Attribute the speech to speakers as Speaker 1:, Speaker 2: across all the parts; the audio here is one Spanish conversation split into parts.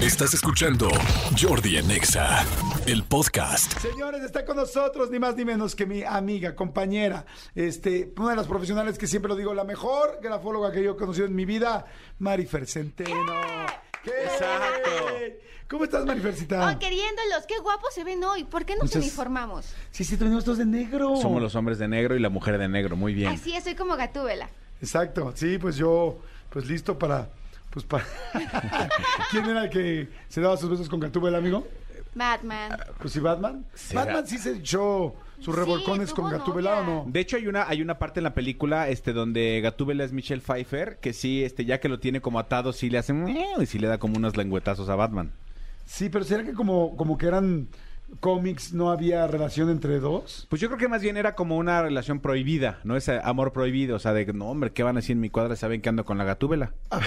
Speaker 1: Estás escuchando Jordi en Exa, el podcast.
Speaker 2: Señores, está con nosotros ni más ni menos que mi amiga, compañera, este, una de las profesionales que siempre lo digo, la mejor grafóloga que yo he conocido en mi vida, Marifer Centeno. ¿Qué?
Speaker 3: Exacto.
Speaker 2: ¿Cómo estás, Marifercita?
Speaker 4: Oh, queriéndolos, qué guapos se ven hoy. ¿Por qué nos
Speaker 2: Muchas-
Speaker 4: uniformamos?
Speaker 2: Sí, sí, tenemos todos de negro.
Speaker 3: Somos los hombres de negro y la mujer de negro, muy bien.
Speaker 4: Así es, soy como Gatúbela.
Speaker 2: Exacto, sí, pues yo, pues listo para, pues para... ¿Quién era el que se daba sus besos con Gatúbela, el amigo?
Speaker 4: Batman.
Speaker 3: Ah,
Speaker 2: Pues sí, Batman.
Speaker 3: ¿Será?
Speaker 2: Batman sí se echó sus revolcones
Speaker 4: tuvo
Speaker 2: con Gatúbela o
Speaker 4: novia.
Speaker 2: no.
Speaker 3: De hecho, hay una, hay una parte en la película este, donde Gatúbela es Michelle Pfeiffer, que sí, este, ya que lo tiene como atado, sí le hace "Miau", y sí le da como unos lengüetazos a Batman.
Speaker 2: Sí, pero ¿será que como, como que eran cómics no había relación entre dos?
Speaker 3: Pues yo creo que más bien era como una relación prohibida, ¿no? Ese amor prohibido, o sea, de no, hombre, ¿qué van a decir en mi cuadra? Saben que ando con la Gatúbela.
Speaker 2: Ah,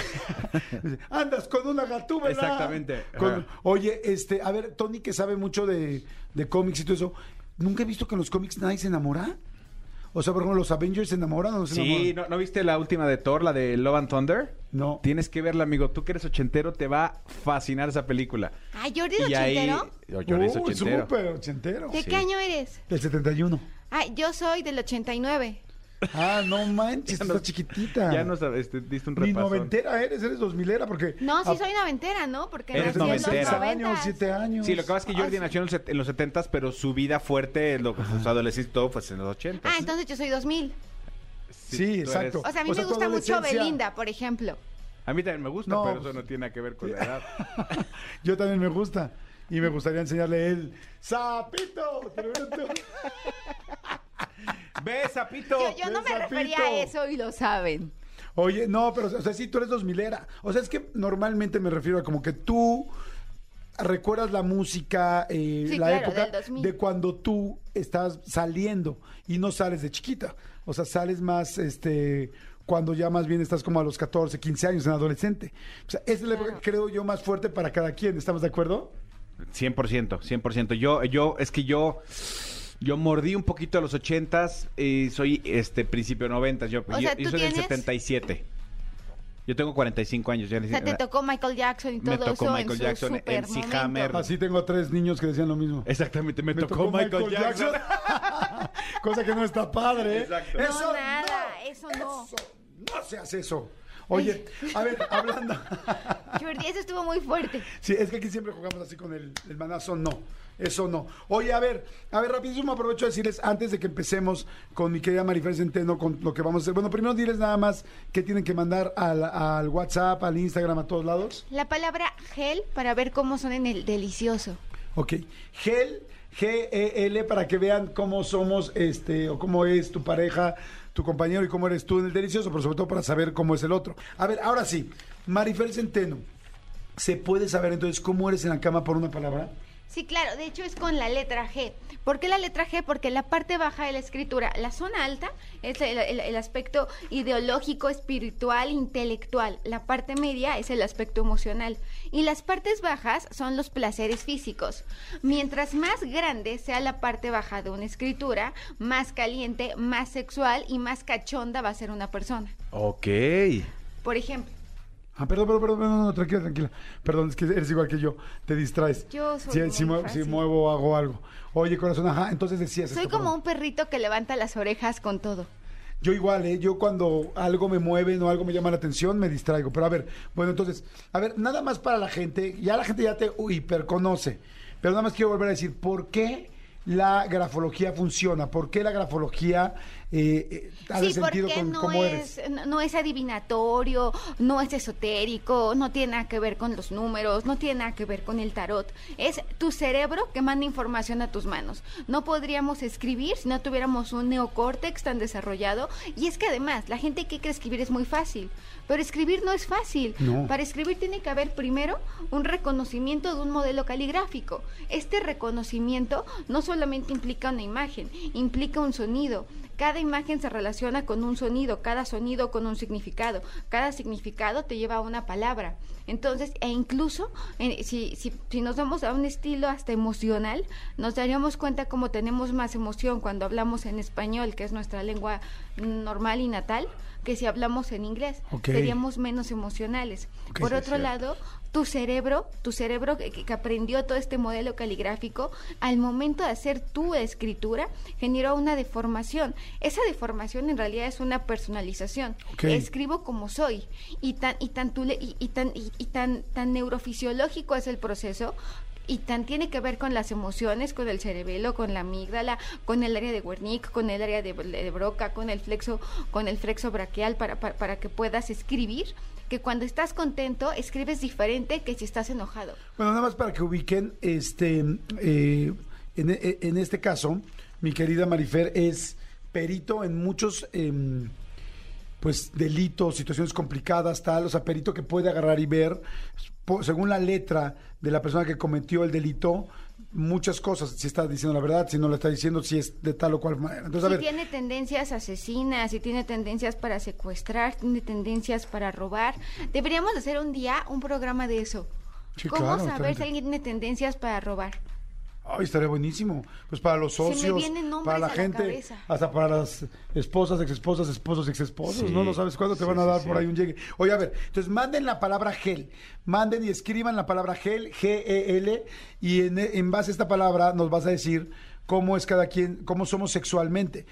Speaker 2: Andas con una gatúbela.
Speaker 3: Exactamente.
Speaker 2: Con-
Speaker 3: Ajá.
Speaker 2: oye, este, a ver, Tony que sabe mucho de, de cómics y todo eso, nunca he visto que en los cómics nadie se enamora. O sea, por ejemplo, los Avengers se enamoran o no se
Speaker 3: Sí,
Speaker 2: enamoran.
Speaker 3: ¿no, ¿no viste la última de Thor, la de Love and Thunder?
Speaker 2: No.
Speaker 3: Tienes que verla, amigo. Tú que eres ochentero, te va a fascinar esa película.
Speaker 4: Ay, Jordi Ochentero.
Speaker 3: Yo- Jordi es
Speaker 2: Uy,
Speaker 3: ochentero.
Speaker 2: súper ochentero.
Speaker 4: ¿De qué año eres?
Speaker 2: Del 71.
Speaker 4: Ay, yo soy del 89.
Speaker 2: Ah, no manches,
Speaker 3: Ya no-
Speaker 2: estás chiquitita.
Speaker 3: Ya nos este, diste un
Speaker 2: Ni
Speaker 3: repaso.
Speaker 2: noventera eres, eres dos milera, porque...
Speaker 4: No, sí
Speaker 2: ah,
Speaker 4: soy noventera, ¿no? Porque
Speaker 3: Eres
Speaker 4: nací en los
Speaker 3: noventera. Ah,
Speaker 2: seis años,
Speaker 4: noventas.
Speaker 2: siete años.
Speaker 3: Sí, lo que pasa es que Jordi nació en los set- en los 70 pero su vida fuerte, lo, su adolescencia y todo, pues en los 80
Speaker 4: Ah, entonces yo soy 2000.
Speaker 2: sí,
Speaker 3: tú
Speaker 2: exacto.
Speaker 4: O sea, a mí
Speaker 2: O sea,
Speaker 4: me
Speaker 2: tu
Speaker 4: gusta mucho
Speaker 2: adolescencia.
Speaker 4: Belinda, por ejemplo.
Speaker 3: A mí también me gusta,
Speaker 2: No,
Speaker 3: pero eso
Speaker 2: pues-
Speaker 3: no tiene que ver con la edad.
Speaker 2: Yo también me gusta. Y me gustaría enseñarle el sapito.
Speaker 3: ¡Ve, sapito!
Speaker 4: Yo, yo no me
Speaker 2: Ven,
Speaker 4: refería
Speaker 2: sapito.
Speaker 4: a eso y lo saben.
Speaker 2: Oye, no, pero o sea, sí, tú eres dos milera. O sea, es que normalmente me refiero a como que tú recuerdas la música, eh,
Speaker 4: Sí,
Speaker 2: la
Speaker 4: claro, del
Speaker 2: época
Speaker 4: 2000.
Speaker 2: de cuando tú estás saliendo y no sales de chiquita. O sea, sales más, este, cuando ya más bien estás como a los 14, 15 años, en adolescente. O sea, esa es la época, creo yo, más fuerte para cada quien. ¿Estamos de acuerdo?
Speaker 3: 100%, 100%. Yo, yo, es que yo... Yo mordí un poquito a los 80s y soy este principio 90s. Yo,
Speaker 4: O
Speaker 3: yo,
Speaker 4: sea,
Speaker 3: yo
Speaker 4: ¿tú
Speaker 3: soy
Speaker 4: tienes?
Speaker 3: del 77. Yo tengo 45 años. Ya
Speaker 4: O sea, te tocó Michael Jackson y todo
Speaker 3: Me tocó
Speaker 4: eso
Speaker 3: Michael
Speaker 4: en su
Speaker 3: Jackson,
Speaker 4: super
Speaker 3: MC
Speaker 4: momento.
Speaker 3: Hammer.
Speaker 2: Así tengo tres niños que decían lo mismo.
Speaker 3: Exactamente, me, tocó, Michael, Jackson.
Speaker 2: Cosa que no está padre. ¿eh?
Speaker 3: Exacto.
Speaker 4: No, nada, eso no.
Speaker 2: Eso no se hace eso. Oye, a ver, hablando.
Speaker 4: Jordi, eso estuvo muy fuerte.
Speaker 2: Sí, es que aquí siempre jugamos así con el, el manazo, no. Eso no. Oye, a ver, a ver, rapidísimo aprovecho a decirles, antes de que empecemos con mi querida Marifer Centeno, con lo que vamos a hacer. Bueno, primero diles nada más que tienen que mandar al, al WhatsApp, al Instagram, a todos lados.
Speaker 4: La palabra gel para ver cómo son en el delicioso.
Speaker 2: Ok. Gel, G-E-L, para que vean cómo somos, este, o cómo es tu pareja, tu compañero y cómo eres tú en el delicioso, pero sobre todo para saber cómo es el otro. A ver, ahora sí, Marifel Centeno, ¿se puede saber entonces cómo eres en la cama por una palabra?
Speaker 4: Sí, claro, de hecho es con la letra G. ¿Por qué la letra G? Porque la parte baja de la escritura, la zona alta es el, el- el aspecto ideológico, espiritual, intelectual. La parte media es el aspecto emocional. Y las partes bajas son los placeres físicos. Mientras más grande sea la parte baja de una escritura, más caliente, más sexual y más cachonda va a ser una persona.
Speaker 3: Ok.
Speaker 4: Por ejemplo,
Speaker 2: Ah, perdón, perdón, perdón, no, no, no, tranquila, tranquila. Perdón, es que eres igual que yo, te distraes.
Speaker 4: Yo soy
Speaker 2: Si-
Speaker 4: muy
Speaker 2: si, mue-
Speaker 4: fácil.
Speaker 2: si muevo, hago algo. Oye, corazón, ajá, entonces decías
Speaker 4: soy
Speaker 2: esto,
Speaker 4: como
Speaker 2: perdón.
Speaker 4: un perrito que levanta las orejas con todo.
Speaker 2: Yo igual, ¿eh? Yo cuando algo me mueve o algo me llama la atención, me distraigo. Pero a ver, bueno, entonces, a ver, nada más para la gente, ya la gente ya te hiperconoce, pero nada más quiero volver a decir, ¿por qué la grafología funciona? ¿Por qué la grafología eh, eh, hace
Speaker 4: sí,
Speaker 2: sentido
Speaker 4: porque
Speaker 2: con
Speaker 4: no
Speaker 2: cómo
Speaker 4: es,
Speaker 2: eres?
Speaker 4: no- no es adivinatorio, no es esotérico, no tiene nada que ver con los números, no tiene nada que ver con el tarot. Es tu cerebro que manda información a tus manos. No podríamos escribir si no tuviéramos un neocórtex tan desarrollado. Y es que además, la gente que cree que escribir es muy fácil, pero escribir no es fácil.
Speaker 2: No.
Speaker 4: Para escribir tiene que haber primero un reconocimiento de un modelo caligráfico. Este reconocimiento no solamente implica una imagen, implica un sonido, Cada imagen se relaciona con un sonido, cada sonido con un significado, cada significado te lleva a una palabra. Entonces, e incluso en- si, si, si nos vamos a un estilo hasta emocional, nos daríamos cuenta como tenemos más emoción cuando hablamos en español, que es nuestra lengua normal y natal, que si hablamos en inglés,
Speaker 2: Ok.
Speaker 4: seríamos menos emocionales.
Speaker 2: Ok,
Speaker 4: Por
Speaker 2: sí, es
Speaker 4: otro
Speaker 2: cierto.
Speaker 4: lado, lado, tu cerebro, tu cerebro que, que aprendió todo este modelo caligráfico, al momento de hacer tu escritura, generó una deformación. Esa deformación en realidad es una personalización.
Speaker 2: Ok.
Speaker 4: Escribo como soy. Y tan, y tan, tú le- y, y tan, y, y tan, tan neurofisiológico es el proceso. Y tan tiene que ver con las emociones, con el cerebelo, con la amígdala, con el área de Wernicke, con el área de, de Broca, con el flexo, con el flexo braquial para, para, para que puedas escribir que cuando estás contento escribes diferente que si estás enojado.
Speaker 2: Bueno, nada más para que ubiquen, este, eh, en, e- en este caso, mi querida Marifer es perito en muchos, em, pues, delitos, situaciones complicadas, tal, o sea, perito que puede agarrar y ver, po- según la letra de la persona que cometió el delito, muchas cosas, si está diciendo la verdad, si no la está diciendo, si es de tal o cual manera. Entonces, a
Speaker 4: si
Speaker 2: ver,
Speaker 4: tiene tendencias asesinas, si tiene tendencias para secuestrar, tiene tendencias para robar. Deberíamos de hacer un día un programa de eso.
Speaker 2: Sí,
Speaker 4: ¿Cómo
Speaker 2: claro,
Speaker 4: saber si
Speaker 2: totalmente.
Speaker 4: alguien tiene tendencias para robar?
Speaker 2: Ay, estaría buenísimo. Pues para los
Speaker 4: Se me
Speaker 2: socios,
Speaker 4: vienen nombres
Speaker 2: para la
Speaker 4: a la
Speaker 2: gente,
Speaker 4: cabeza.
Speaker 2: hasta para las esposas, exesposas, esposos, exesposos,
Speaker 3: Sí,
Speaker 2: ¿no? No sabes cuándo te
Speaker 3: sí,
Speaker 2: van a
Speaker 3: sí,
Speaker 2: dar
Speaker 3: sí.
Speaker 2: por ahí un llegue. Oye, a ver, entonces manden la palabra gel. Manden y escriban la palabra gel, G-E-L, y en, en base a esta palabra nos vas a decir cómo es cada quien, cómo somos sexualmente.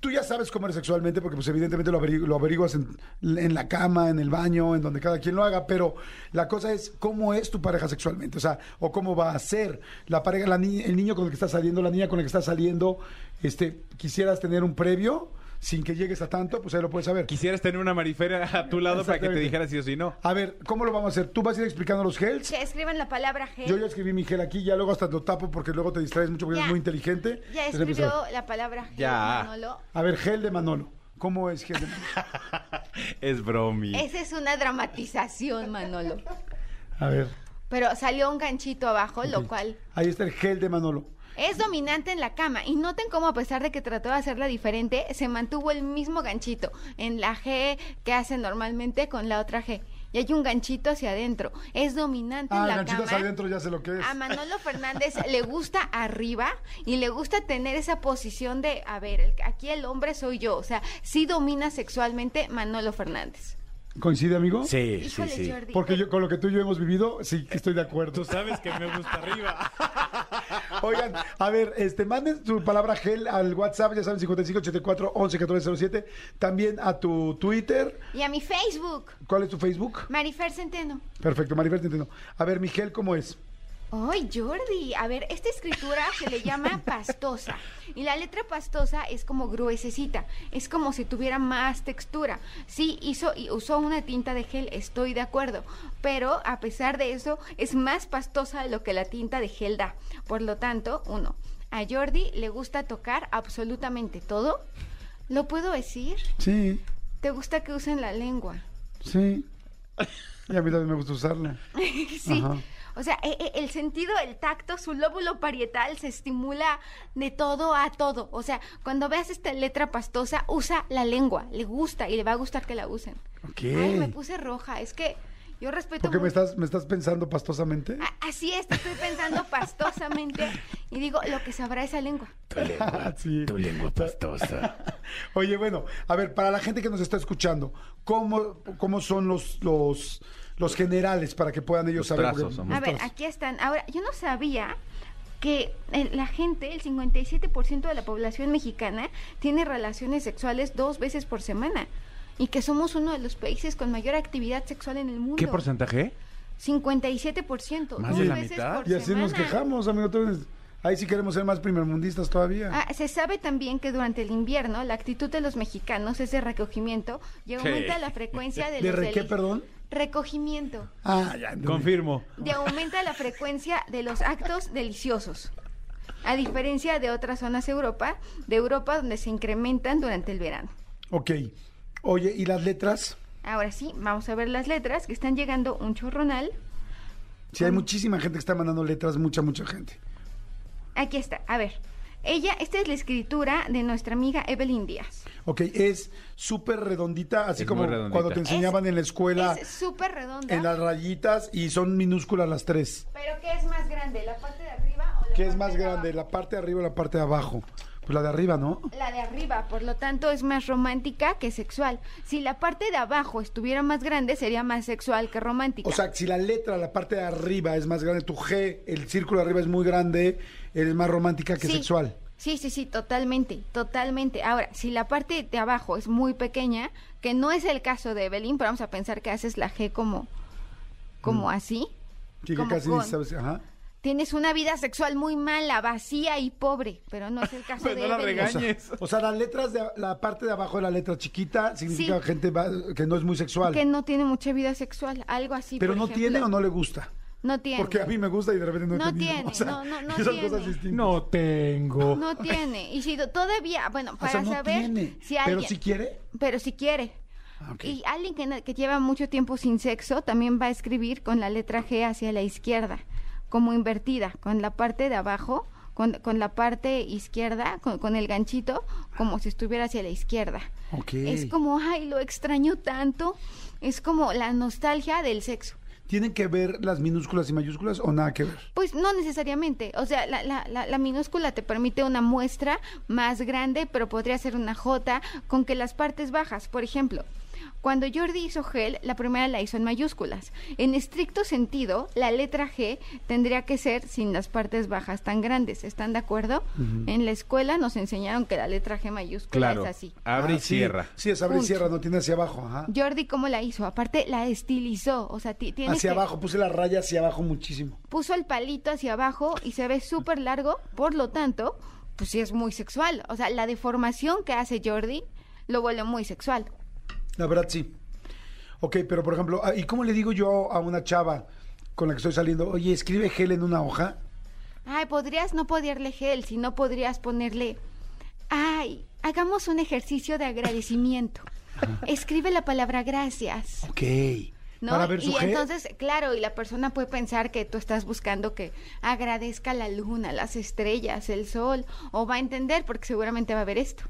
Speaker 2: Tú ya sabes cómo eres sexualmente porque pues evidentemente lo, averigu- lo averiguas en, en la cama, en el baño, en donde cada quien lo haga, pero la cosa es cómo es tu pareja sexualmente, o sea, o cómo va a ser la pareja, la ni- el niño con el que estás saliendo, la niña con la que estás saliendo, este, quisieras tener un previo sin que llegues a tanto, pues ahí lo puedes saber.
Speaker 3: Quisieras tener una marifera a tu lado para que te
Speaker 2: Exactamente.
Speaker 3: dijera sí o sí no.
Speaker 2: A ver, ¿cómo lo vamos a hacer? ¿Tú vas a ir explicando los gels?
Speaker 4: Que escriban la palabra gel.
Speaker 2: Yo ya escribí mi gel aquí, ya luego hasta lo tapo porque luego te distraes mucho porque
Speaker 4: Ya.
Speaker 2: eres muy inteligente.
Speaker 4: Ya
Speaker 2: Entonces empiezo
Speaker 4: escribió
Speaker 2: a ver.
Speaker 4: la palabra gel,
Speaker 3: Ya.
Speaker 4: Manolo.
Speaker 2: A ver, gel de Manolo. ¿Cómo es gel de Manolo?
Speaker 3: Es bromi.
Speaker 4: Esa es una dramatización, Manolo.
Speaker 2: A ver.
Speaker 4: Pero salió un ganchito abajo, lo
Speaker 2: ok.
Speaker 4: cual
Speaker 2: Ahí está el gel de Manolo.
Speaker 4: Es dominante en la cama y noten cómo a pesar de que trató de hacerla diferente, se mantuvo el mismo ganchito en la G que hace normalmente con la otra G. Y hay un ganchito hacia adentro. Es dominante
Speaker 2: Ah,
Speaker 4: en la
Speaker 2: ganchitos
Speaker 4: cama.
Speaker 2: adentro ya sé lo que es.
Speaker 4: A Manolo Fernández le gusta arriba y le gusta tener esa posición de, a ver, el- aquí el hombre soy yo. O sea, sí domina sexualmente Manolo Fernández.
Speaker 2: ¿Coincide, amigo?
Speaker 3: Sí,
Speaker 4: Híjole, Jordi.
Speaker 2: Porque yo, con lo que tú y yo hemos vivido, sí, estoy de acuerdo.
Speaker 3: sabes que me gusta arriba.
Speaker 2: Oigan, a ver, este, manden su palabra gel al WhatsApp, ya saben, 5584 111407. También a tu Twitter.
Speaker 4: Y a mi Facebook,
Speaker 2: ¿Cuál es tu Facebook?
Speaker 4: Marifer Centeno.
Speaker 2: Perfecto, Maribel, te entiendo. A ver, mi gel, ¿cómo es?
Speaker 4: Ay, Jordi, a ver, esta escritura se le llama pastosa. Y la letra pastosa es como gruesecita, es como si tuviera más textura. Sí, hizo y usó una tinta de gel, estoy de acuerdo, pero a pesar de eso es más pastosa de lo que la tinta de gel da. Por lo tanto, uno, a Jordi le gusta tocar absolutamente todo. ¿Lo puedo decir?
Speaker 2: Sí,
Speaker 4: ¿Te gusta que usen la lengua?
Speaker 2: sí. Y a mí también me gusta usarla.
Speaker 4: Sí.
Speaker 2: Ajá.
Speaker 4: O sea, e- e- el sentido, el tacto, su lóbulo parietal se estimula de todo a todo. O sea, cuando veas esta letra pastosa, usa la lengua, le gusta y le va a gustar que la usen.
Speaker 2: Ok.
Speaker 4: Ay, me puse roja, es que yo respeto
Speaker 2: Porque me
Speaker 4: mucho-
Speaker 2: estás, me estás pensando pastosamente.
Speaker 4: A- Así es, te estoy pensando pastosamente y digo, lo que sabrá esa lengua. Ah.
Speaker 2: Sí.
Speaker 1: Tu lengua pastosa.
Speaker 2: Oye, bueno, a ver, para la gente que nos está escuchando, ¿cómo, cómo son los, los, los generales para que puedan ellos
Speaker 3: Los
Speaker 2: saber?
Speaker 3: trazos,
Speaker 2: Porque-
Speaker 3: amor.
Speaker 4: A ver,
Speaker 2: Los trazos.
Speaker 4: aquí están. Ahora, yo no sabía que eh, la gente, el 57% de la población mexicana, tiene relaciones sexuales dos veces por semana. Y que somos uno de los países con mayor actividad sexual en el mundo.
Speaker 3: ¿Qué porcentaje?
Speaker 4: 57%.
Speaker 3: ¿Más
Speaker 4: dos
Speaker 3: de la
Speaker 4: veces
Speaker 3: mitad?
Speaker 4: por
Speaker 2: Y así nos
Speaker 4: semana.
Speaker 2: quejamos, amigo. tú eres- Ahí sí queremos ser más primermundistas todavía.
Speaker 4: Ah, se sabe también que durante el invierno la actitud de los mexicanos es de recogimiento y aumenta
Speaker 3: Sí.
Speaker 4: la frecuencia de,
Speaker 2: ¿De
Speaker 4: los
Speaker 2: re qué,
Speaker 4: delitos.
Speaker 2: perdón?
Speaker 4: Recogimiento.
Speaker 2: Ah, ya. entendí.
Speaker 3: Confirmo.
Speaker 4: y aumenta la frecuencia de los actos deliciosos. A diferencia de otras zonas de Europa, de Europa donde se incrementan durante el verano.
Speaker 2: Ok. Oye, ¿y las letras?
Speaker 4: Ahora sí, vamos a ver las letras que están llegando un chorronal.
Speaker 2: Sí, hay muchísima gente que está mandando letras, mucha, mucha gente.
Speaker 4: Aquí está, a ver. Ella, esta es la escritura de nuestra amiga Evelyn Díaz.
Speaker 2: Ok, es súper redondita, así
Speaker 3: Es
Speaker 2: como
Speaker 3: muy redondita.
Speaker 2: cuando te enseñaban en la escuela,
Speaker 4: Es súper redonda.
Speaker 2: en las rayitas, y son minúsculas las tres.
Speaker 4: Pero ¿qué es más grande? ¿La parte de arriba o la
Speaker 2: ¿Qué es
Speaker 4: parte
Speaker 2: más
Speaker 4: de
Speaker 2: grande,
Speaker 4: abajo?
Speaker 2: la parte de arriba o la parte de abajo? Pues la de arriba, ¿no?
Speaker 4: La de arriba, por lo tanto, es más romántica que sexual. Si la parte de abajo estuviera más grande, sería más sexual que romántica.
Speaker 2: O sea, si la letra, la parte de arriba es más grande, tu G, el círculo de arriba es muy grande, eres más romántica que
Speaker 4: Sí.
Speaker 2: sexual.
Speaker 4: Sí, sí, sí, totalmente, totalmente. Ahora, si la parte de abajo es muy pequeña, que no es el caso de Evelyn, pero vamos a pensar que haces la G como, como
Speaker 2: Mm.
Speaker 4: así,
Speaker 2: Sí, que
Speaker 4: Como
Speaker 2: casi
Speaker 4: con-
Speaker 2: sabes, ajá.
Speaker 4: tienes una vida sexual muy mala, vacía y pobre, pero no es el caso
Speaker 3: Pues
Speaker 4: de
Speaker 3: no la
Speaker 4: Evelyn.
Speaker 2: O sea,
Speaker 3: Añes.
Speaker 2: o sea, las letras de la parte de abajo de la letra chiquita significa
Speaker 4: Sí.
Speaker 2: gente va- que no es muy sexual.
Speaker 4: Que no tiene mucha vida sexual, algo así.
Speaker 2: pero
Speaker 4: por
Speaker 2: no
Speaker 4: ejemplo.
Speaker 2: tiene o no le gusta.
Speaker 4: No tiene.
Speaker 2: Porque a mí me gusta y de repente no, he
Speaker 4: No
Speaker 2: tenido.
Speaker 4: tiene,
Speaker 2: O sea,
Speaker 4: no, no, no
Speaker 2: que son cosas
Speaker 4: tiene.
Speaker 2: distintas.
Speaker 5: No tengo.
Speaker 4: No tiene. Y si do- todavía, bueno,
Speaker 2: O
Speaker 4: para
Speaker 2: sea, no
Speaker 4: saber
Speaker 2: tiene.
Speaker 4: si alguien.
Speaker 2: Pero si quiere.
Speaker 4: pero si quiere.
Speaker 2: Ah, ok.
Speaker 4: Y alguien que, no- que lleva mucho tiempo sin sexo también va a escribir con la letra G hacia la izquierda, como invertida, con la parte de abajo, con, con la parte izquierda, con, con el ganchito, como si estuviera hacia la izquierda.
Speaker 2: Ok.
Speaker 4: Es como, ay, lo extraño tanto. Es como la nostalgia del sexo.
Speaker 2: ¿Tienen que ver las minúsculas y mayúsculas o nada que ver?
Speaker 4: Pues no necesariamente. O sea, la, la- la- la minúscula te permite una muestra más grande, pero podría ser una J con que las partes bajas. Por ejemplo, cuando Jordi hizo gel, la primera la hizo en mayúsculas. En estricto sentido, la letra G tendría que ser sin las partes bajas tan grandes. ¿Están de acuerdo? En la escuela nos enseñaron que la letra G mayúscula
Speaker 3: Claro.
Speaker 4: es así.
Speaker 3: Abre
Speaker 2: Ah,
Speaker 3: y
Speaker 2: sí.
Speaker 3: cierra.
Speaker 2: Sí, es abre y
Speaker 4: Punto.
Speaker 2: cierra, no tiene hacia abajo. Ajá.
Speaker 4: Jordi, ¿cómo la hizo? Aparte, la estilizó. O sea, ti- tienes
Speaker 2: Hacia
Speaker 4: que-
Speaker 2: abajo, puse la raya hacia abajo muchísimo.
Speaker 4: puso el palito hacia abajo y se ve súper largo, por lo tanto, pues sí es muy sexual. O sea, la deformación que hace Jordi lo vuelve muy sexual.
Speaker 2: La verdad, sí. Ok, pero por ejemplo, ah, ¿y cómo le digo yo a una chava con la que estoy saliendo, oye, escribe gel en una hoja?
Speaker 4: Ay, podrías no ponerle gel, si no podrías ponerle... Ay, hagamos un ejercicio de agradecimiento. Escribe la palabra gracias.
Speaker 2: Ok.
Speaker 4: ¿no?
Speaker 2: Para ver su
Speaker 4: y
Speaker 2: gel.
Speaker 4: entonces, claro, y la persona puede pensar que tú estás buscando que agradezca la luna, las estrellas, el sol, o va a entender porque seguramente va a ver esto.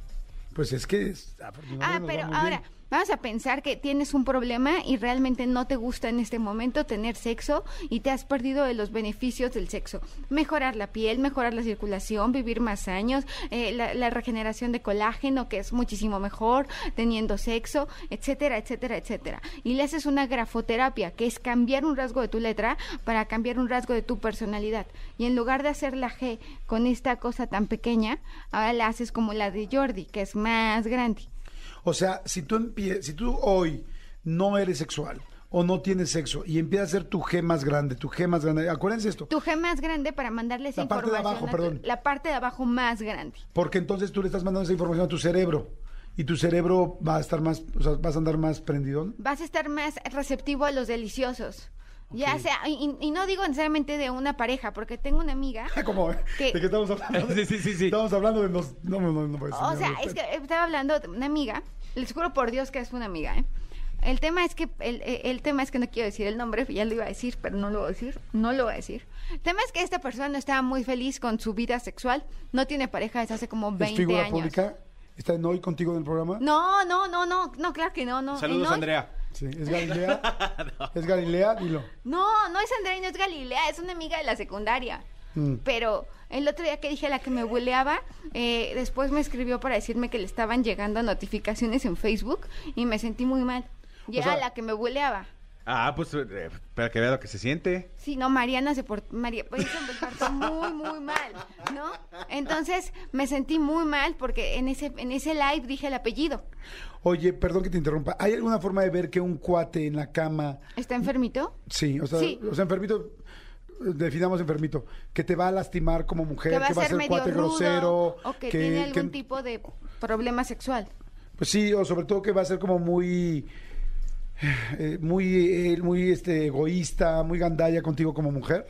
Speaker 2: Pues es que. es- ah,
Speaker 4: Ah,
Speaker 2: nos va
Speaker 4: pero
Speaker 2: muy bien.
Speaker 4: ahora vamos a pensar que tienes un problema y realmente no te gusta en este momento tener sexo y te has perdido de los beneficios del sexo. Mejorar la piel, mejorar la circulación, vivir más años, eh, la, la regeneración de colágeno que es muchísimo mejor teniendo sexo, etcétera, etcétera, etcétera. Y le haces una grafoterapia que es cambiar un rasgo de tu letra para cambiar un rasgo de tu personalidad. Y en lugar de hacer la G con esta cosa tan pequeña, ahora la haces como la de Jordi, que es más grande.
Speaker 2: O sea, si tú, empie- si tú hoy no eres sexual o no tienes sexo y empiezas a hacer tu G más grande, tu G más grande, acuérdense esto.
Speaker 4: Tu G más grande para mandarles
Speaker 2: La parte de
Speaker 4: información.
Speaker 2: abajo,
Speaker 4: a tu-
Speaker 2: perdón.
Speaker 4: La parte de abajo más grande.
Speaker 2: Porque entonces tú le estás mandando esa información a tu cerebro y tu cerebro va a estar más, o sea, vas a andar más prendidón.
Speaker 4: Vas a estar más receptivo a los deliciosos. Ya sea, y, y no digo necesariamente de una pareja, porque tengo una amiga.
Speaker 2: ¿Cómo? ¿De
Speaker 4: Que-
Speaker 2: qué estamos hablando?
Speaker 3: Sí, sí, sí, sí.
Speaker 2: Estamos hablando de los... No, no, no, no puede ser,
Speaker 4: O
Speaker 2: mi
Speaker 4: sea,
Speaker 2: amor.
Speaker 4: es que estaba hablando de una amiga, les juro por Dios que es una amiga, ¿eh? El tema es que el, el- el tema es que no quiero decir el nombre, ya lo iba a decir, pero no lo voy a decir, no lo voy a decir. El tema es que esta persona no estaba muy feliz con su vida sexual, no tiene pareja desde hace como 20
Speaker 2: ¿Es figura
Speaker 4: años.
Speaker 2: pública? ¿Está en hoy contigo en el programa?
Speaker 4: No, no, no, no, no, claro que no, no.
Speaker 3: Saludos,
Speaker 4: No,
Speaker 3: Andrea.
Speaker 2: Sí, ¿Es Galilea? ¿Es Galilea? Dilo.
Speaker 4: No, no es Andrea y no es Galilea, es una amiga de la secundaria.
Speaker 2: Mm.
Speaker 4: Pero el otro día que dije a la que me buleaba, eh, después me escribió para decirme que le estaban llegando notificaciones en Facebook y me sentí muy mal. Y
Speaker 2: O
Speaker 4: era
Speaker 2: sea-
Speaker 4: la que me buleaba.
Speaker 3: Ah, pues eh, para que vea lo que se siente.
Speaker 4: Sí, no, Mariana se portó, María, pues, se portó muy, muy mal, ¿no? Entonces me sentí muy mal porque en ese, en ese live dije el apellido.
Speaker 2: Oye, perdón que te interrumpa. ¿Hay alguna forma de ver que un cuate en la cama...
Speaker 4: ¿Está enfermito?
Speaker 2: Sí, o sea,
Speaker 4: Sí.
Speaker 2: o sea, enfermito... Definamos enfermito, que te va a lastimar como mujer,
Speaker 4: que va a
Speaker 2: ser
Speaker 4: ser medio
Speaker 2: cuate
Speaker 4: rudo
Speaker 2: grosero,
Speaker 4: o que, tiene algún tipo de problema sexual.
Speaker 2: Pues sí, o sobre todo que va a ser como muy, eh, muy, eh, muy este, egoísta, muy gandalla contigo como mujer.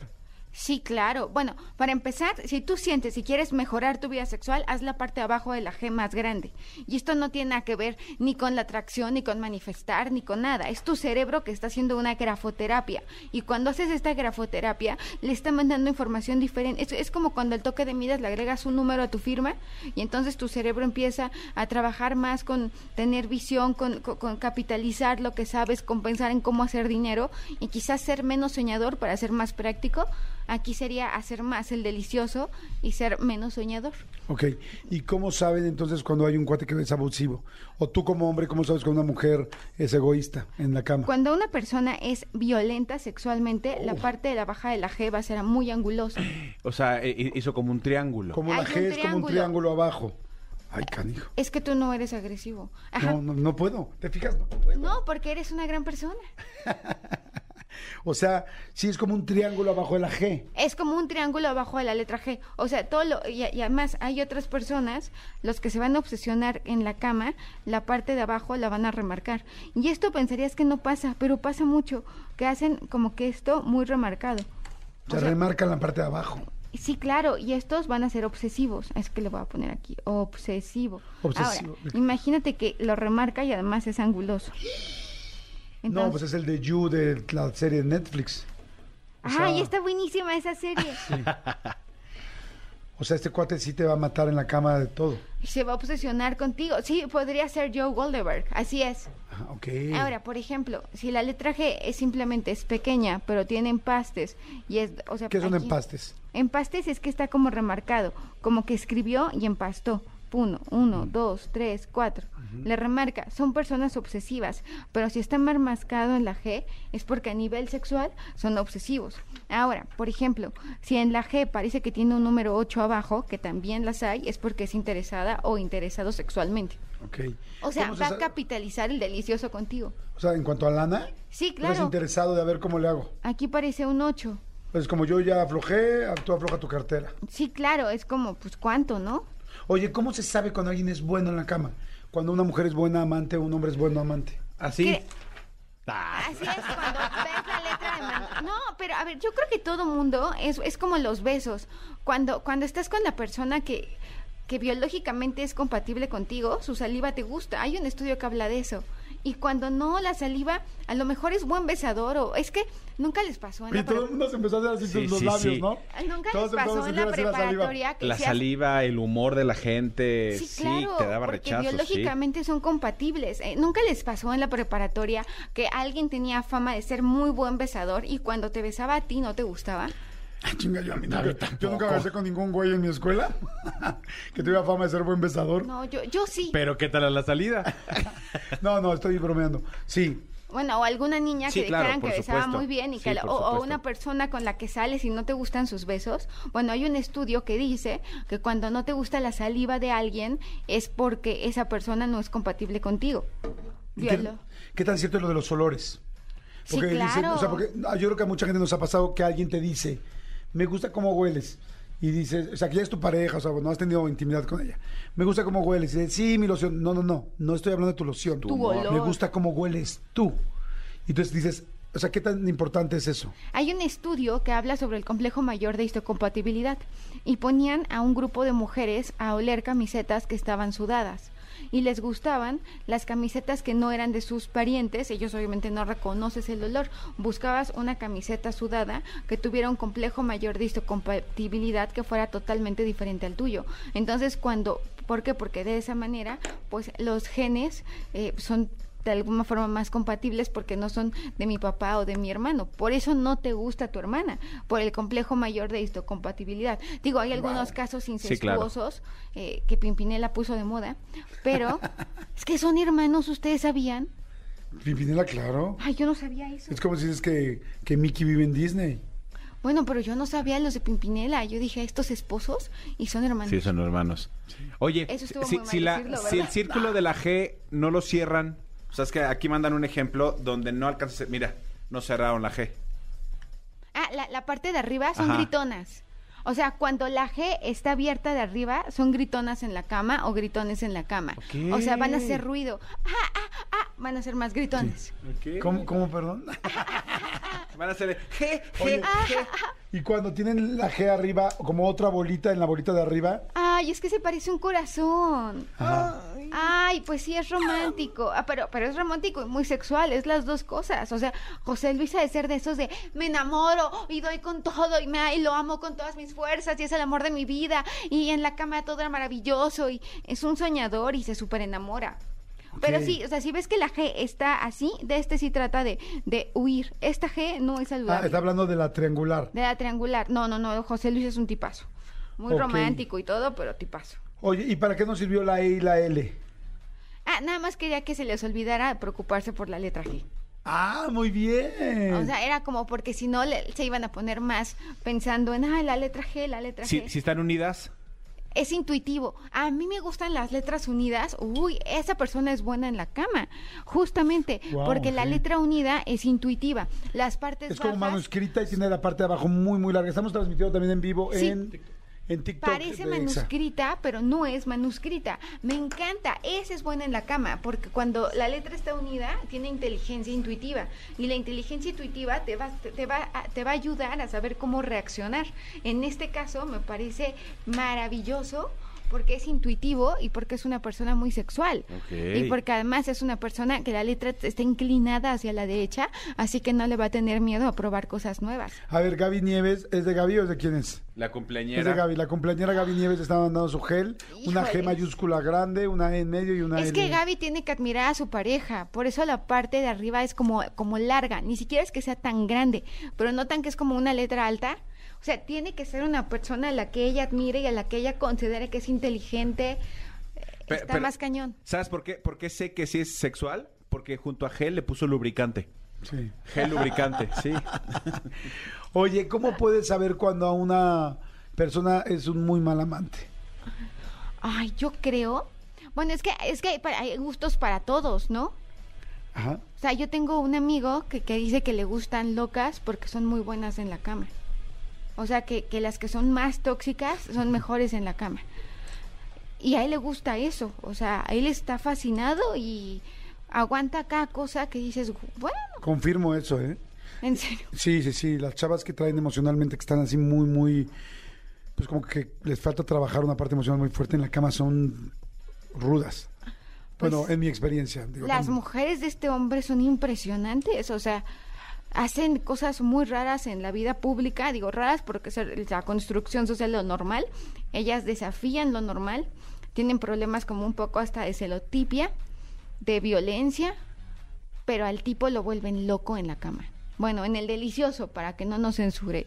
Speaker 4: Sí, claro. Bueno, para empezar, si tú sientes y quieres mejorar tu vida sexual, haz la parte de abajo de la G más grande. Y esto no tiene nada que ver ni con la atracción, ni con manifestar, ni con nada. Es tu cerebro que está haciendo una grafoterapia. Y cuando haces esta grafoterapia, le está mandando información diferente. Es, es como cuando el toque de midas le agregas un número a tu firma y entonces tu cerebro empieza a trabajar más con tener visión, con, con- con capitalizar lo que sabes, con pensar en cómo hacer dinero y quizás ser menos soñador para ser más práctico. Aquí sería hacer más el delicioso y ser menos soñador.
Speaker 2: Ok, ¿y cómo saben entonces cuando hay un cuate que es abusivo? O tú como hombre, ¿cómo sabes cuando una mujer es egoísta en la cama?
Speaker 4: Cuando una persona es violenta sexualmente,
Speaker 2: Oh.
Speaker 4: la parte de la baja de la G va a ser muy angulosa.
Speaker 3: O sea, eh, hizo como un triángulo.
Speaker 2: Como la
Speaker 4: Hay un
Speaker 2: G es como un
Speaker 4: triángulo.
Speaker 2: triángulo abajo. Ay, canijo.
Speaker 4: Es que tú no eres agresivo. Ajá.
Speaker 2: No, no, no puedo. ¿Te fijas? No puedo.
Speaker 4: No, porque eres una gran persona.
Speaker 2: O sea, sí es como un triángulo abajo de la G.
Speaker 4: Es como un triángulo abajo de la letra G. O sea, todo lo. Y, y además, hay otras personas, los que se van a obsesionar en la cama, la parte de abajo la van a remarcar. Y esto pensarías que no pasa, pero pasa mucho. Que hacen como que esto muy remarcado.
Speaker 2: O sea, remarcan la parte de abajo.
Speaker 4: Sí, claro, y estos van a ser obsesivos. Es que le voy a poner aquí, obsesivo.
Speaker 2: Obsesivo.
Speaker 4: Ahora, imagínate que lo remarca y además es anguloso.
Speaker 2: no, pues es el de You de la serie de Netflix.
Speaker 4: ajá,
Speaker 2: sea-
Speaker 4: y está buenísima esa serie.
Speaker 2: O sea, este cuate sí te va a matar en la cama de todo.
Speaker 4: Y Se va a obsesionar contigo. Sí, podría ser Joe Goldberg, así es.
Speaker 2: Ah, ok.
Speaker 4: Ahora, por ejemplo, si la letra G es simplemente es pequeña, pero tiene empastes y es, o sea,
Speaker 2: ¿Qué son
Speaker 4: aquí-
Speaker 2: empastes?
Speaker 4: Empastes es que está como remarcado, como que escribió y empastó. Uno, uno, dos, tres, cuatro. Le remarca, son personas obsesivas, pero si está marmascado en la G es porque a nivel sexual son obsesivos. Ahora, por ejemplo, si en la G parece que tiene un número 8 abajo, que también las hay, es porque es interesada o interesado sexualmente.
Speaker 2: Ok.
Speaker 4: O sea,
Speaker 2: ¿Cómo se
Speaker 4: va a
Speaker 2: sabe?
Speaker 4: capitalizar el delicioso contigo.
Speaker 2: O sea, en cuanto a lana,
Speaker 4: Sí,
Speaker 2: eres
Speaker 4: claro.
Speaker 2: interesado de a ver cómo le hago.
Speaker 4: Aquí parece un 8.
Speaker 2: Pues como yo ya aflojé, tú afloja tu cartera.
Speaker 4: Sí, claro, es como, pues, ¿cuánto, no?
Speaker 2: Oye, ¿cómo se sabe cuando alguien es bueno en la cama? Cuando una mujer es buena amante o un hombre es bueno amante.
Speaker 3: Así.
Speaker 4: ¿Qué? Ah, Así es cuando ves la letra de man- No, pero a ver, yo creo que todo mundo es, es como los besos. Cuando, cuando estás con la persona que, que biológicamente es compatible contigo, su saliva te gusta. Hay un estudio que habla de eso. Y cuando no, la saliva a lo mejor es buen besador o es que nunca les pasó en
Speaker 2: Y
Speaker 4: la
Speaker 2: todo el
Speaker 4: pre-
Speaker 2: mundo se empezó a hacer así
Speaker 3: Sí,
Speaker 2: con los
Speaker 3: sí,
Speaker 2: labios,
Speaker 3: sí.
Speaker 2: ¿no?
Speaker 4: Nunca
Speaker 2: Todos
Speaker 4: les pasó
Speaker 2: empezamos a
Speaker 4: en la
Speaker 2: sentir así saliva.
Speaker 4: preparatoria que
Speaker 3: La
Speaker 4: se hace-
Speaker 3: saliva, el humor de la gente, sí, te daba
Speaker 4: porque
Speaker 3: rechazo. Sí.
Speaker 4: biológicamente son compatibles. Eh, Nunca les pasó en la preparatoria que alguien tenía fama de ser muy buen besador y cuando te besaba a ti no te gustaba.
Speaker 2: Ah, chinga, yo a mí nunca, yo nunca besé con ningún güey en mi escuela que tuviera fama de ser buen besador. No,
Speaker 4: No, yo, yo sí.
Speaker 3: Pero ¿qué tal a la salida?
Speaker 2: no, estoy bromeando. Sí,
Speaker 4: Bueno, o alguna niña
Speaker 3: Sí,
Speaker 4: que
Speaker 3: claro,
Speaker 4: dijeran
Speaker 3: por
Speaker 4: que besaba
Speaker 3: supuesto.
Speaker 4: muy bien y
Speaker 3: Sí,
Speaker 4: que la-
Speaker 3: por
Speaker 4: o, o
Speaker 3: supuesto.
Speaker 4: una persona con la que sales y no te gustan sus besos. Bueno, hay un estudio que dice que cuando no te gusta la saliva de alguien es porque esa persona no es compatible contigo.
Speaker 2: ¿Y ¿Qué,
Speaker 4: Violo.
Speaker 2: qué tan cierto es lo de los olores?
Speaker 4: Sí,
Speaker 2: Porque dicen, o sea,
Speaker 4: claro.
Speaker 2: porque ah, yo creo que a mucha gente nos ha pasado que alguien te dice, me gusta cómo hueles. Y dices, o sea, que ya es tu pareja, o sea, no has tenido intimidad con ella. Me gusta cómo hueles. Y dices, sí, mi loción. No, no, no, no estoy hablando de tu loción.
Speaker 4: Tu olor.
Speaker 2: Me gusta cómo hueles tú. Y entonces dices, o sea, ¿qué tan importante es eso?
Speaker 4: Hay un estudio que habla sobre el complejo mayor de histocompatibilidad y ponían a un grupo de mujeres a oler camisetas que estaban sudadas y les gustaban las camisetas que no eran de sus parientes, ellos obviamente no reconoces el olor, buscabas una camiseta sudada que tuviera un complejo mayor de histocompatibilidad que fuera totalmente diferente al tuyo. Entonces cuando, ¿por qué? Porque de esa manera pues los genes eh, son de alguna forma más compatibles porque no son de mi papá o de mi hermano. Por eso no te gusta tu hermana, por el complejo mayor de histocompatibilidad. Digo, hay algunos casos
Speaker 3: Sí, claro.
Speaker 4: incestuosos eh, que Pimpinela puso de moda, pero es que son hermanos, ¿ustedes sabían?
Speaker 2: Pimpinela, claro.
Speaker 4: Ay, yo no sabía eso.
Speaker 2: Es como si dices que, que Mickey vive en Disney.
Speaker 4: Bueno, pero yo no sabía los de Pimpinela. Yo dije, estos esposos y son hermanos.
Speaker 3: Sí, son hermanos. Oye,
Speaker 4: Eso estuvo
Speaker 3: si,
Speaker 4: muy
Speaker 3: si
Speaker 4: mal
Speaker 3: la-
Speaker 4: decirlo,
Speaker 3: si el
Speaker 4: ¿verdad?
Speaker 3: círculo de la G no lo cierran, o sea, es que aquí mandan un ejemplo donde no alcanza. a ser- Mira, no cerraron la G.
Speaker 4: Ah, la, la parte de arriba son
Speaker 3: Ajá.
Speaker 4: gritonas. O sea, cuando la G está abierta de arriba, son gritonas en la cama o gritones en la cama. O sea, van a hacer ruido. Ah, ah, ah, van a ser más gritones.
Speaker 2: ¿Cómo, cómo, perdón?
Speaker 3: Van a hacer G, G,
Speaker 2: Oye,
Speaker 3: G.
Speaker 2: Y cuando tienen la G arriba, como otra bolita en la bolita de arriba.
Speaker 4: Ay, es que se parece un corazón.
Speaker 2: Ajá.
Speaker 4: Ay, pues sí, es romántico. Ah, pero, pero es romántico y muy sexual, es las dos cosas. O sea, José Luis ha de ser de esos de me enamoro y doy con todo y, me, y lo amo con todas mis fuerzas y es el amor de mi vida y en la cama todo era maravilloso y es un soñador y se súper enamora. Pero
Speaker 2: Ok.
Speaker 4: sí, o sea, si ves que la G está así, de este sí trata de, de huir. Esta G no es
Speaker 2: Ah,
Speaker 4: saludable.
Speaker 2: está hablando de la triangular.
Speaker 4: De la triangular. No, no, no, José Luis es un tipazo. Muy
Speaker 2: Ok.
Speaker 4: romántico y todo, pero tipazo.
Speaker 2: Oye, ¿y para qué nos sirvió la E y la L?
Speaker 4: Ah, nada más quería que se les olvidara preocuparse por la letra G.
Speaker 2: Ah, muy bien.
Speaker 4: O sea, era como porque si no le- se iban a poner más pensando en, ah, la letra G, la letra
Speaker 3: Si,
Speaker 4: G.
Speaker 3: si están unidas,
Speaker 4: Es intuitivo. A mí me gustan las letras unidas. Uy, esa persona es buena en la cama. Justamente
Speaker 2: Guau,
Speaker 4: porque la
Speaker 2: sí.
Speaker 4: letra unida es intuitiva. Las partes
Speaker 2: es como
Speaker 4: bajas
Speaker 2: manuscrita y tiene la parte de abajo muy, muy larga. Estamos transmitiendo también en vivo
Speaker 4: Sí.
Speaker 2: en, en TikTok. de
Speaker 4: Parece
Speaker 2: Exa.
Speaker 4: manuscrita, pero no es manuscrita. Me encanta. Esa es buena en la cama, porque cuando la letra está unida, tiene inteligencia intuitiva. Y la inteligencia intuitiva te va, te, va, a- te va a ayudar a saber cómo reaccionar. En este caso, me parece maravilloso. Porque es intuitivo y porque es una persona muy sexual.
Speaker 3: Ok.
Speaker 4: Y porque además es una persona que la letra está inclinada hacia la derecha, así que no le va a tener miedo a probar cosas nuevas.
Speaker 2: A ver, Gaby Nieves, ¿es de Gaby o es de quién es?
Speaker 3: la
Speaker 2: Es de
Speaker 3: cumpleañera.
Speaker 2: Gaby. La compañera Gaby Nieves está mandando su gel, una G
Speaker 4: Híjole.
Speaker 2: mayúscula grande, una E en medio y una
Speaker 4: Es
Speaker 2: L.
Speaker 4: que Gaby tiene que admirar a su pareja, por eso la parte de arriba es como, como larga, ni siquiera es que sea tan grande, pero notan que es como una letra alta. O sea, tiene que ser una persona a la que ella admire y a la que ella considere que es inteligente. Eh,
Speaker 3: Pe-
Speaker 4: Está
Speaker 3: pero-
Speaker 4: más cañón.
Speaker 3: ¿Sabes por qué? Porque sé que sí es sexual, porque junto a G le puso lubricante.
Speaker 2: Sí.
Speaker 3: Gel lubricante, sí.
Speaker 2: Oye, ¿cómo puedes saber cuando a una persona es un muy mal amante?
Speaker 4: Ay, yo creo. Bueno, es que, es que hay, para- hay gustos para todos, ¿no?
Speaker 2: Ajá.
Speaker 4: O sea, yo tengo un amigo que, que dice que le gustan locas porque son muy buenas en la cama. O sea, que, que las que son más tóxicas son mejores en la cama. Y a él le gusta eso. O sea, a él está fascinado y aguanta cada cosa que dices, bueno,
Speaker 2: Confirmo eso, ¿eh?
Speaker 4: en serio.
Speaker 2: Sí, sí, sí. Las chavas que traen emocionalmente, que están así muy, muy. Pues como que les falta trabajar una parte emocional muy fuerte en la cama, son rudas.
Speaker 4: Pues,
Speaker 2: bueno, en mi experiencia. digo,
Speaker 4: Las
Speaker 2: tam-
Speaker 4: mujeres de este hombre son impresionantes, o sea, hacen cosas muy raras en la vida pública, digo raras porque es la construcción social lo normal, ellas desafían lo normal, tienen problemas como un poco hasta de celotipia, de violencia, pero al tipo lo vuelven loco en la cama. Bueno, en el delicioso, para que no nos censure.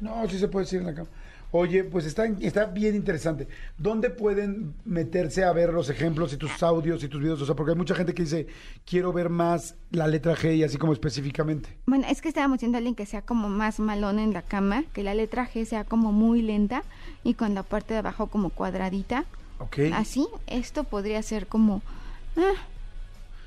Speaker 2: No, sí se puede decir en la cama. Oye, pues está, está bien interesante. ¿Dónde pueden meterse a ver los ejemplos y tus audios y tus videos? O sea, porque hay mucha gente que dice, quiero ver más la letra G y así como específicamente.
Speaker 4: Bueno, es que estábamos diciendo a alguien que sea como más malón en la cama, que la letra G sea como muy lenta y con la parte de abajo como cuadradita.
Speaker 2: ¿Ok?
Speaker 4: Así, ¿Ah, esto podría ser como, ah,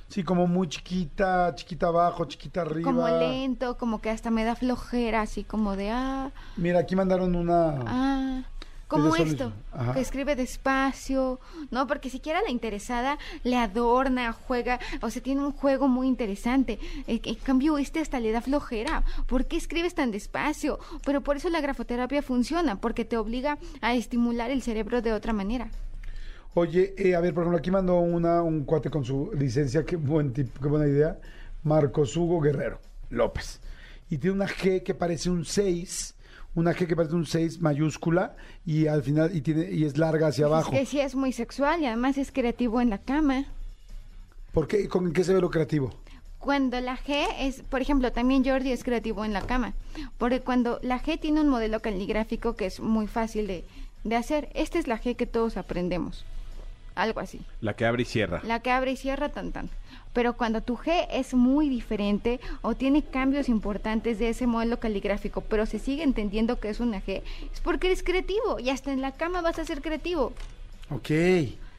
Speaker 2: Sí, como muy chiquita, chiquita abajo, chiquita arriba.
Speaker 4: como lento, como que hasta me da flojera, así como de ah,
Speaker 2: Mira, aquí mandaron una...
Speaker 4: ah. Como
Speaker 2: Desde
Speaker 4: esto,
Speaker 2: solo- Ajá.
Speaker 4: que escribe despacio, ¿no? Porque siquiera la interesada le adorna, juega, o sea, tiene un juego muy interesante. En, en cambio, este hasta le da flojera. ¿Por qué escribes tan despacio? Pero por eso la grafoterapia funciona, porque te obliga a estimular el cerebro de otra manera.
Speaker 2: Oye, eh, a ver, por ejemplo, aquí mandó una, un cuate con su licencia, qué, buen tipo, qué buena idea, Marcos Hugo Guerrero López. Y tiene una G que parece un 6, una G que parece un 6 mayúscula y al final, y, tiene, y es larga hacia abajo.
Speaker 4: Es que sí es muy sexual y además es creativo en la cama.
Speaker 2: ¿Por qué? ¿Con qué se ve lo creativo?
Speaker 4: Cuando la G es, por ejemplo, también Jordi es creativo en la cama, porque cuando la G tiene un modelo caligráfico que es muy fácil de, de hacer, esta es la G que todos aprendemos, algo así,
Speaker 3: La que abre y cierra.
Speaker 4: la que abre y cierra tan tan. Pero cuando tu G es muy diferente o tiene cambios importantes de ese modelo caligráfico, pero se sigue entendiendo que es una G, es porque eres creativo y hasta en la cama vas a ser creativo.
Speaker 2: Ok.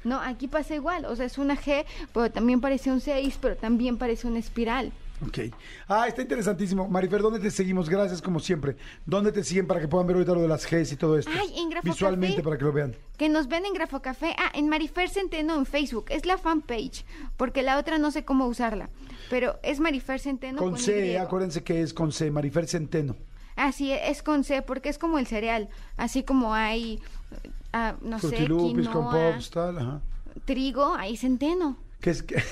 Speaker 4: No, aquí pasa igual, o sea, es una G, pero también parece un 6, pero también parece una espiral.
Speaker 2: Ok. Ah, está interesantísimo. Marifer, ¿dónde te seguimos? Gracias, como siempre. ¿Dónde te siguen para que puedan ver ahorita lo de las Gs y todo esto?
Speaker 4: Ay, en Grafocafé.
Speaker 2: Visualmente, para que lo vean.
Speaker 4: Que nos ven en Grafocafé. Ah, en Marifer Centeno en Facebook. Es la fanpage. Porque la otra no sé cómo usarla. Pero es Marifer Centeno
Speaker 2: con C,
Speaker 4: Y.
Speaker 2: acuérdense que es con C, Marifer Centeno.
Speaker 4: Así es, es con C, porque es como el cereal. Así como hay, eh, ah, no sé,
Speaker 2: Frutilupis con
Speaker 4: quinoa,
Speaker 2: pops, tal, ajá.
Speaker 4: trigo, hay centeno.
Speaker 2: Que es que-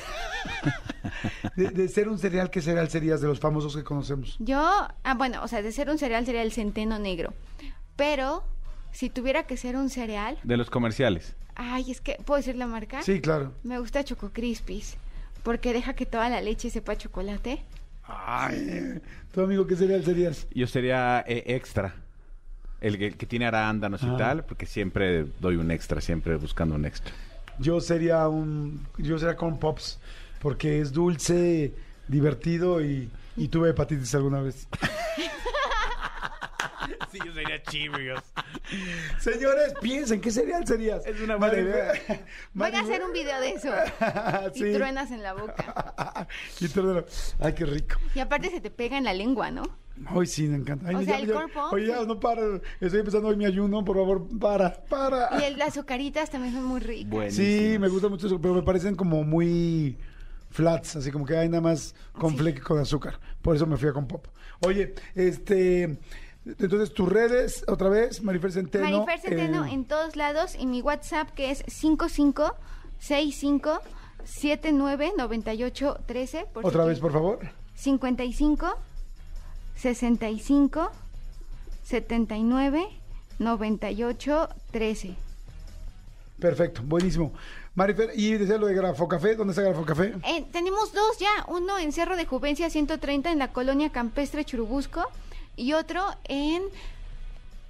Speaker 2: de, de ser un cereal, ¿qué cereal serías de los famosos que conocemos?
Speaker 4: Yo, ah, bueno, o sea, de ser un cereal sería el centeno negro. Pero, si tuviera que ser un cereal,
Speaker 3: De los comerciales.
Speaker 4: ay, es que, ¿puedo decir la marca?
Speaker 2: Sí, claro.
Speaker 4: Me gusta Choco Crispis, porque deja que toda la leche sepa a chocolate.
Speaker 2: Ay, tu amigo, ¿qué cereal serías?
Speaker 3: Yo sería eh, extra. El que, el que tiene arándanos
Speaker 2: Ah.
Speaker 3: y tal, porque siempre doy un extra, siempre buscando un extra.
Speaker 2: Yo sería un. Yo sería con Pops. Porque es dulce, divertido y, y tuve hepatitis alguna vez.
Speaker 3: Sí, yo sería Cheerios.
Speaker 2: Señores, piensen, ¿qué cereal serías?
Speaker 3: Es una buena idea.
Speaker 4: Voy a hacer un video de eso.
Speaker 2: video.
Speaker 4: Y truenas en la boca.
Speaker 2: Y trueno. Ay, qué rico.
Speaker 4: Y aparte se te pega en la lengua, ¿no?
Speaker 2: Hoy sí, me encanta. Ay,
Speaker 4: O
Speaker 2: ya-
Speaker 4: sea, el
Speaker 2: ya-
Speaker 4: cuerpo-
Speaker 2: Oye, ya, no para. Estoy empezando hoy mi ayuno, por favor, para, para.
Speaker 4: Y el- las azucaritas también son muy ricas.
Speaker 3: Buenísimo.
Speaker 2: Sí, me gusta mucho eso, pero me parecen como muy flats, así como que hay nada más con fleque con azúcar. Por eso me fui a con pop. Oye, este, entonces tus redes, otra vez, Marifer Centeno.
Speaker 4: Marifer Centeno
Speaker 2: eh,
Speaker 4: en todos lados y mi WhatsApp que es 5565 79 98 13. por si
Speaker 2: Otra vez, por
Speaker 4: quieren.
Speaker 2: favor.
Speaker 4: 55 65 79 98 13.
Speaker 2: Perfecto, buenísimo. Marifer, y decía lo de Grafocafé, ¿dónde está Grafocafé?
Speaker 4: Eh, tenemos dos ya, uno en Cerro de Juvencia 130 en la colonia campestre Churubusco y otro en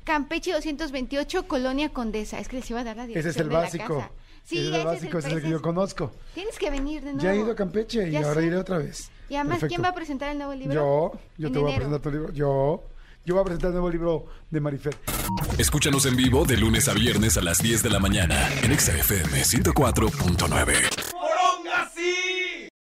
Speaker 4: Campeche 228, colonia Condesa. Es que les iba a dar la
Speaker 2: Ese
Speaker 4: dirección
Speaker 2: es el
Speaker 4: de la
Speaker 2: básico.
Speaker 4: casa. Sí,
Speaker 2: ese es el básico, ese es el que yo
Speaker 4: presencia.
Speaker 2: conozco.
Speaker 4: Tienes que venir de nuevo.
Speaker 2: Ya he ido a Campeche y
Speaker 4: Ya
Speaker 2: ahora
Speaker 4: sé.
Speaker 2: iré otra vez.
Speaker 4: Y además, ¿quién
Speaker 2: Perfecto.
Speaker 4: va a presentar el nuevo libro?
Speaker 2: Yo, yo
Speaker 4: En
Speaker 2: te voy a
Speaker 4: enero.
Speaker 2: presentar tu libro. Yo, yo voy a presentar el nuevo libro de Marifer.
Speaker 1: Escúchanos en vivo de lunes a viernes a las 10 de la mañana en Exa FM 104.9.